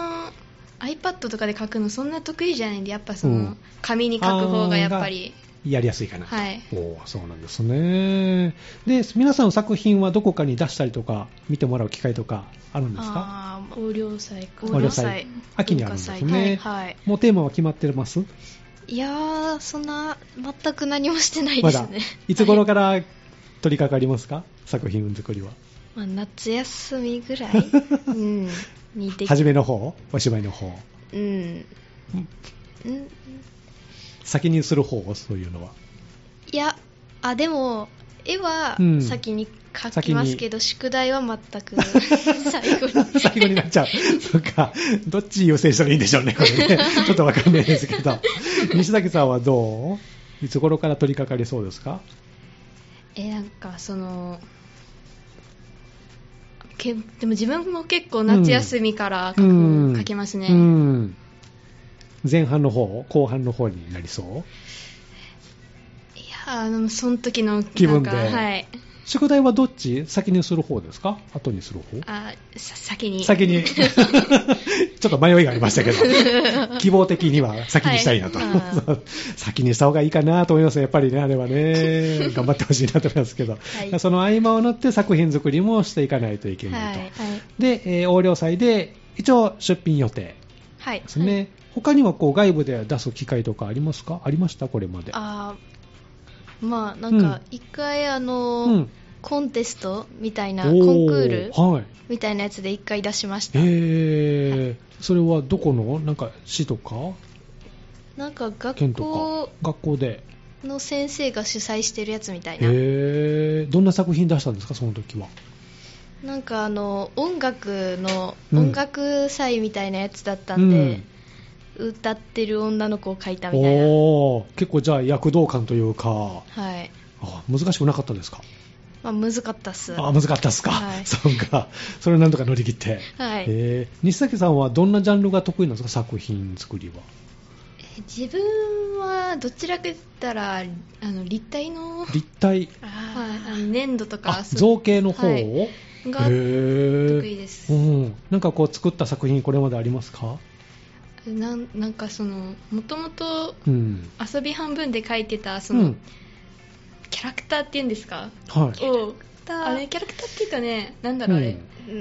[SPEAKER 3] iPad とかで書くのそんな得意じゃないんでやっぱその、
[SPEAKER 1] うん
[SPEAKER 3] 紙に書く方がやっぱり
[SPEAKER 1] やりやすいかなと、
[SPEAKER 3] はい
[SPEAKER 1] おーそうなんですねで皆さんの作品はどこかに出したりとか見てもらう機会とかあるんですか
[SPEAKER 3] あー
[SPEAKER 2] 横領祭か。
[SPEAKER 3] 横領祭
[SPEAKER 1] 祭秋にあるんです
[SPEAKER 3] 文化
[SPEAKER 1] ね、
[SPEAKER 3] 祭はいはい
[SPEAKER 1] もうテーマは決まってます
[SPEAKER 3] いやーそんな全く何もしてないで
[SPEAKER 1] ますだ
[SPEAKER 3] ね、
[SPEAKER 1] いつ頃から取り掛かりますか作品作りは
[SPEAKER 3] まあ、夏休み ぐらい、うん、にでき
[SPEAKER 1] 初めの方お芝居の方
[SPEAKER 3] うんうん
[SPEAKER 1] 先にする方そういうのはい
[SPEAKER 3] やあでも絵は
[SPEAKER 1] うん
[SPEAKER 3] 先に描きますけど、宿題は 全く最後に
[SPEAKER 1] 最後になっちゃう。そっか。どっち優先したらいいんでしょうね、これ ね。ちょっとわかんないですけど。西崎さんはどういつ頃から取り掛かりそうですか
[SPEAKER 3] えなんかそのけでも自分も結構夏休みから書く、書きますね、
[SPEAKER 1] うん。前半の方、後半の方になりそう
[SPEAKER 3] いやあのその時のなんか
[SPEAKER 1] 気分で
[SPEAKER 3] はい
[SPEAKER 1] 宿題はどっち先にする方ですか後にする方
[SPEAKER 3] あさ先に
[SPEAKER 1] 先 に。ちょっと迷いがありましたけ ど。希望的には先にしたいなと。
[SPEAKER 3] はい
[SPEAKER 1] 先にした方がいいかなと思いますね。やっぱりね、あれは ね。頑張ってほしいなと思いますけど。
[SPEAKER 3] はい
[SPEAKER 1] その合間を縫って作品作りもしていかないといけな
[SPEAKER 3] はい
[SPEAKER 1] と。
[SPEAKER 3] い
[SPEAKER 1] で、えー横領祭で一応出品予定
[SPEAKER 3] はい
[SPEAKER 1] ですね。他にはこう外部で出す機会とかありますかありましたこれまで。
[SPEAKER 3] あーまあなん
[SPEAKER 1] うん
[SPEAKER 3] か一回あの、
[SPEAKER 1] うん
[SPEAKER 3] コンテストみたいなコ
[SPEAKER 1] お
[SPEAKER 3] ン
[SPEAKER 1] ー
[SPEAKER 3] クール
[SPEAKER 1] はい。
[SPEAKER 3] みたいなやつで一回出しました
[SPEAKER 1] えー、それはどこのなんか市とか
[SPEAKER 3] なんか
[SPEAKER 1] 県
[SPEAKER 3] 学
[SPEAKER 1] と
[SPEAKER 3] 校
[SPEAKER 1] か学校で。
[SPEAKER 3] の先生が主催してるやつみたいな
[SPEAKER 1] へーどんな作品出したんですか、その時は。
[SPEAKER 3] なんかあの音楽の
[SPEAKER 1] うん
[SPEAKER 3] 音楽祭みたいなやつだったんで、歌ってる女の子を描いた
[SPEAKER 1] うん
[SPEAKER 3] みたいな
[SPEAKER 1] おー結構じゃあ躍動感というか、
[SPEAKER 3] はい
[SPEAKER 1] あ難しくなかったですか
[SPEAKER 3] まあ難かったっす
[SPEAKER 1] あ難かったですか、
[SPEAKER 3] は い
[SPEAKER 1] そうか、それをなんとか乗り切って。
[SPEAKER 3] はい
[SPEAKER 1] へー西崎さんはどんなジャンルが得意なんですか、作品作 りは。
[SPEAKER 3] 自分はどちらかと言ったらあの立体の,、はい、
[SPEAKER 1] 立体、
[SPEAKER 3] あの粘土とか
[SPEAKER 1] あ
[SPEAKER 3] そう
[SPEAKER 1] 造形の方を、
[SPEAKER 3] はい
[SPEAKER 1] へ
[SPEAKER 3] が
[SPEAKER 1] ー
[SPEAKER 3] 得意です
[SPEAKER 1] うん、なんかこう作った作品、これまでありますか
[SPEAKER 4] なんなんかそのもともと
[SPEAKER 1] うん。
[SPEAKER 4] 遊び半分で描いてたそうの、
[SPEAKER 1] ん。
[SPEAKER 4] キャラクターっていうんですか
[SPEAKER 1] はい。
[SPEAKER 4] をあれ
[SPEAKER 3] れ
[SPEAKER 4] キャラクターっていうかねなんだろうあれ、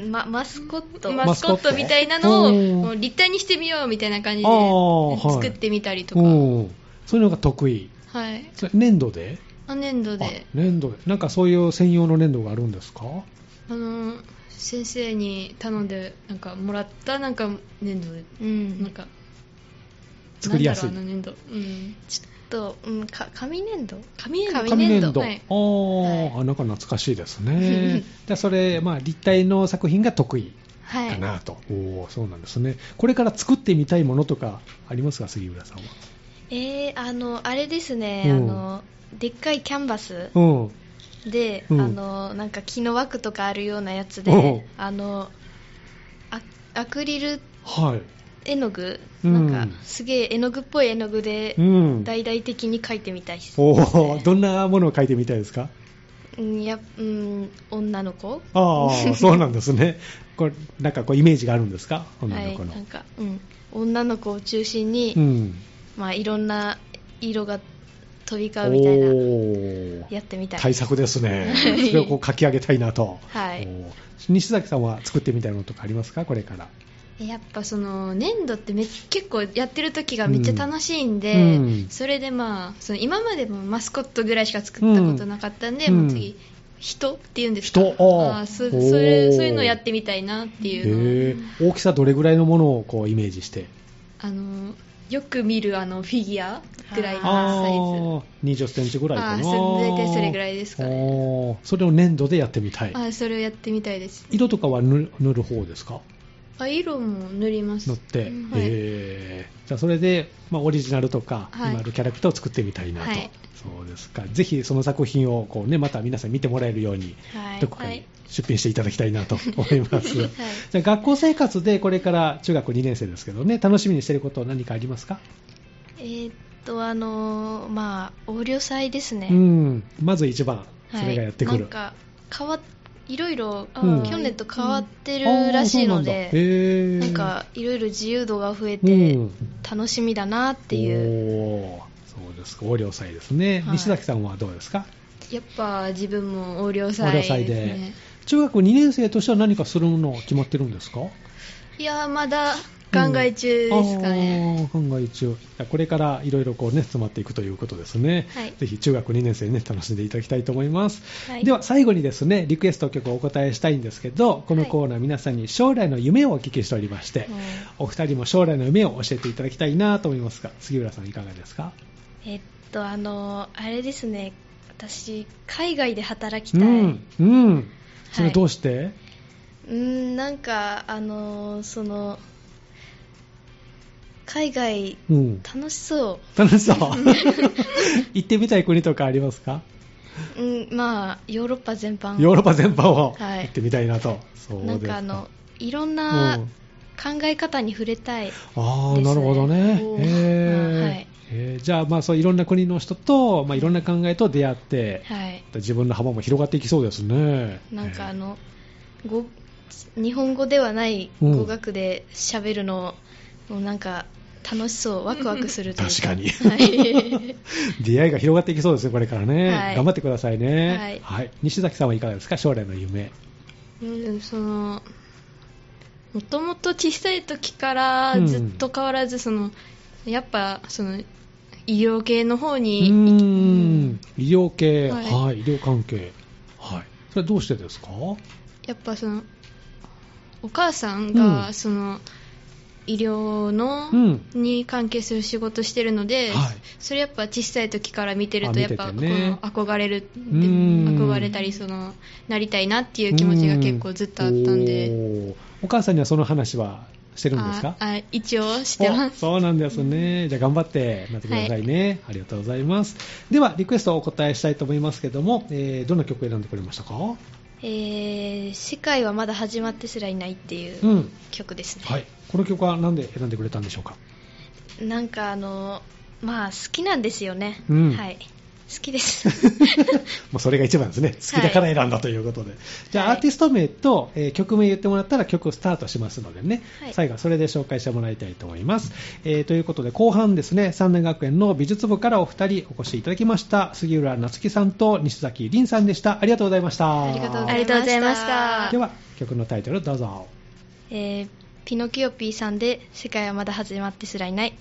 [SPEAKER 3] ま、マスコット、
[SPEAKER 4] マスコットみたいなのを
[SPEAKER 1] うん
[SPEAKER 4] もう立体にしてみようみたいな感じ
[SPEAKER 1] あー
[SPEAKER 4] で
[SPEAKER 1] はい
[SPEAKER 4] 作ってみたりと
[SPEAKER 1] う
[SPEAKER 4] か、
[SPEAKER 1] ん。そういうのが得意。
[SPEAKER 4] はい、
[SPEAKER 1] それ粘土で
[SPEAKER 4] あ粘土で
[SPEAKER 1] あ粘土で。なんかそういう専用の粘土があるんですか
[SPEAKER 4] あの先生に頼んでなんかもらったなんか粘土で
[SPEAKER 3] うん
[SPEAKER 4] なんか
[SPEAKER 1] 作りやすい
[SPEAKER 4] なんだろうあの粘土、うん、
[SPEAKER 3] ちょっと、うん、か紙粘土
[SPEAKER 4] 紙粘土
[SPEAKER 3] 紙粘土
[SPEAKER 4] はい
[SPEAKER 1] あー、あなんか懐かしいです ね。じゃあそれ、まあ、立体の作品が得意
[SPEAKER 4] は
[SPEAKER 1] か
[SPEAKER 4] い
[SPEAKER 1] なと。おーそうなんですね。これから作ってみたいものとかありますか、杉浦さんは。
[SPEAKER 4] え
[SPEAKER 3] あのあれですね、
[SPEAKER 1] うん
[SPEAKER 3] あのでっかいキャンバス
[SPEAKER 1] うん。は
[SPEAKER 3] で、
[SPEAKER 1] うん
[SPEAKER 3] あのなんか木の枠とかあるようなやつで、
[SPEAKER 1] うん
[SPEAKER 3] あのアアクリル
[SPEAKER 1] い。
[SPEAKER 3] 絵の具、
[SPEAKER 1] うん
[SPEAKER 3] なんかすげえ絵の具っぽい絵の具で
[SPEAKER 1] うん。
[SPEAKER 3] 大々的に描いてみたいです、
[SPEAKER 1] おお、どんなものを描いてみたいですか
[SPEAKER 3] うんやうん、女の子
[SPEAKER 1] あ あ、そうなんですね。これ、なんかこう、イメージがあるんですか女
[SPEAKER 3] は
[SPEAKER 1] の
[SPEAKER 3] い
[SPEAKER 1] 子の。
[SPEAKER 3] なんか、うん、女の子を中心に、
[SPEAKER 1] うん。
[SPEAKER 3] まあ、いろんな色が飛び
[SPEAKER 1] お
[SPEAKER 3] 交うみたいな
[SPEAKER 1] ー
[SPEAKER 3] やってみたい
[SPEAKER 1] 対策で すね。それをこう、書き上げたいなと。
[SPEAKER 3] はい
[SPEAKER 1] おー西崎さんは作ってみたいものとかありますかこれから。
[SPEAKER 4] やっぱその粘土ってめ結構やってる時がめっちゃ楽しいんで、
[SPEAKER 1] うんうん
[SPEAKER 4] それでまあその今までもマスコットぐらいしか作ったことなかったんで、
[SPEAKER 1] うん
[SPEAKER 4] もう次人っていうんですか
[SPEAKER 1] 人あー
[SPEAKER 4] あーそ
[SPEAKER 1] お
[SPEAKER 4] う
[SPEAKER 1] ー
[SPEAKER 4] そういうそういうのをやってみたいなって
[SPEAKER 1] へ
[SPEAKER 4] いう
[SPEAKER 1] え
[SPEAKER 4] のを
[SPEAKER 1] 大きさどれぐらいのものをこう、イメージして。
[SPEAKER 4] あのよく見るあのフィギュアぐらい
[SPEAKER 1] あ
[SPEAKER 4] の
[SPEAKER 1] あ、20センチぐらいか
[SPEAKER 4] あ
[SPEAKER 1] な。
[SPEAKER 4] ーそれ大体それぐらいですかね
[SPEAKER 1] おーそれを粘土でやってみたい
[SPEAKER 4] サイズ、。あそれをやってみたいです
[SPEAKER 1] 色とかは塗る塗る方ですか
[SPEAKER 4] あ色も塗ります
[SPEAKER 1] 乗って、
[SPEAKER 4] うんはい
[SPEAKER 1] えーじゃあそれで、まあ、オリジナルとか、
[SPEAKER 4] はい
[SPEAKER 1] 今あるキャラクターを作ってみたいなと、
[SPEAKER 4] はい
[SPEAKER 1] そうですかぜひその作品をこう、ね、また皆さん見てもらえるように、
[SPEAKER 3] はい
[SPEAKER 1] どこか
[SPEAKER 4] は
[SPEAKER 1] に
[SPEAKER 4] い
[SPEAKER 1] 出品していただきたいなと思います、 じゃあ学校生活でこれから中学2年生ですけどね楽しみにしていることは何かありますか、
[SPEAKER 3] えーっとあのーまあ横領祭ですね、
[SPEAKER 1] うんまず一番
[SPEAKER 3] はい
[SPEAKER 1] それがやってく
[SPEAKER 3] な
[SPEAKER 1] る、
[SPEAKER 3] んか変わいろいろ
[SPEAKER 1] う
[SPEAKER 4] あ
[SPEAKER 1] ん
[SPEAKER 4] ー
[SPEAKER 3] 去年と変わって
[SPEAKER 1] あー
[SPEAKER 3] るらしいの
[SPEAKER 1] そうなん
[SPEAKER 3] で
[SPEAKER 1] だ、へー
[SPEAKER 3] なんかいろいろ自由度が増え
[SPEAKER 1] う
[SPEAKER 3] て
[SPEAKER 1] ん
[SPEAKER 3] 楽しみだなっていう、
[SPEAKER 1] おーそうですか横領祭ですね、
[SPEAKER 3] はい
[SPEAKER 1] 西崎さんはどうですか
[SPEAKER 4] やっぱ自分も横領祭
[SPEAKER 1] 横領
[SPEAKER 4] です
[SPEAKER 1] 祭で
[SPEAKER 4] ね
[SPEAKER 1] 中学2年生としては何かするの決まってるんですか
[SPEAKER 4] いやーまだ考え中ですかね、
[SPEAKER 1] あー考え中これからいろいろこうね詰まっていくということですね、
[SPEAKER 4] はい
[SPEAKER 1] ぜひ中学2年生ね楽しんでいただきたいと思います、
[SPEAKER 3] はい
[SPEAKER 1] では最後にですねリクエスト曲をお答えしたいんですけどこのコーナー皆さんに将来の夢をお聞きしておりまして、
[SPEAKER 3] うん
[SPEAKER 1] お二人も将来の夢を教えていただきたいなと思いますが杉浦さんいかがですか
[SPEAKER 3] えっとあのーあれですね私海外で働きたい、
[SPEAKER 1] うんうんそれどうして、
[SPEAKER 3] うーんなんかあのーその海外
[SPEAKER 1] うん
[SPEAKER 3] 楽しそ
[SPEAKER 1] 楽しそう行ってみたい国とかありますか
[SPEAKER 3] う、うん、まあヨーロッパ全般
[SPEAKER 1] ヨーロッパ全般を
[SPEAKER 3] はい
[SPEAKER 1] 行ってみたいなと、そう
[SPEAKER 3] な
[SPEAKER 1] で
[SPEAKER 3] ん
[SPEAKER 1] すか
[SPEAKER 3] かあのいろん
[SPEAKER 1] うん
[SPEAKER 3] な考え方に触れたい、
[SPEAKER 1] ああ、
[SPEAKER 3] ですね
[SPEAKER 1] なるほどね
[SPEAKER 3] お。ー
[SPEAKER 1] へー
[SPEAKER 3] はい
[SPEAKER 1] へーじゃあ、まあ、そういろんな国の人と、まあ、いろんな考えと出会って、
[SPEAKER 3] はい、
[SPEAKER 1] 自分の幅も広がっていきそうですね。
[SPEAKER 3] なんかあ
[SPEAKER 1] へー、
[SPEAKER 3] の、ご日本語ではない
[SPEAKER 1] うん
[SPEAKER 3] 語学で喋るの、もうなんか楽しそうワクワクするという
[SPEAKER 1] 確かに。
[SPEAKER 3] はい、
[SPEAKER 1] 出会いが広がっていきそうですね、これからね。
[SPEAKER 3] はい
[SPEAKER 1] 頑張ってくださいね。
[SPEAKER 3] は
[SPEAKER 1] はい。西崎さんはいかがですか、将来の夢。
[SPEAKER 4] うんそのもともと小さい時からずっと変わらずその、やっぱその医療系の方
[SPEAKER 1] う
[SPEAKER 4] に、
[SPEAKER 1] ーん。医療系、は、
[SPEAKER 4] はいい
[SPEAKER 1] 医療関係。はい。それはどうしてですか
[SPEAKER 4] やっぱそのお母さんが、
[SPEAKER 1] うん
[SPEAKER 4] その医療の、
[SPEAKER 1] うん
[SPEAKER 4] に関係する仕事してるので、
[SPEAKER 1] はい
[SPEAKER 4] それやっぱ小さい時から見てると
[SPEAKER 1] あ
[SPEAKER 4] やっぱ
[SPEAKER 1] 見
[SPEAKER 4] こ
[SPEAKER 1] ててね
[SPEAKER 4] の憧れるって
[SPEAKER 1] ん
[SPEAKER 4] 憧れたりそのなりたいなっていう気持ちが結構ずっとあったんで。
[SPEAKER 1] うんおーお母さんにはその話はしてるんですか
[SPEAKER 4] ああ一応してます。
[SPEAKER 1] おそうなんですね。じゃあ頑張ってなってくださいね、ありがとうございます。では、リクエストをお答えしたいと思いますけども、えーどんな曲を選んでくれましたか。
[SPEAKER 3] えー世界はまだ始まってすらいないっていううん曲ですね、
[SPEAKER 1] はい。この曲は何で選んでくれたんでしょうか
[SPEAKER 3] なんかあのまあ好きなんですよね、
[SPEAKER 1] うん
[SPEAKER 3] はい好きです
[SPEAKER 1] もうそれが一番ですね。好きだから選んだということで。じゃあ、アーティスト名と、えー曲名言ってもらったら曲スタートしますのでね、
[SPEAKER 3] はい
[SPEAKER 1] 最後はそれで紹介してもらいたいと思います。えーということで、後半ですね、三年学園の美術部からお二人お越しいただきました。杉浦夏樹さんと西崎凛さんでした。ありがとうございました。
[SPEAKER 3] ありがとうご
[SPEAKER 2] あ
[SPEAKER 3] ざいました
[SPEAKER 2] りがとうございました
[SPEAKER 1] では、曲のタイトルどうぞ。
[SPEAKER 3] えーピノキオピーさんで「世界はまだ始まってすらいない」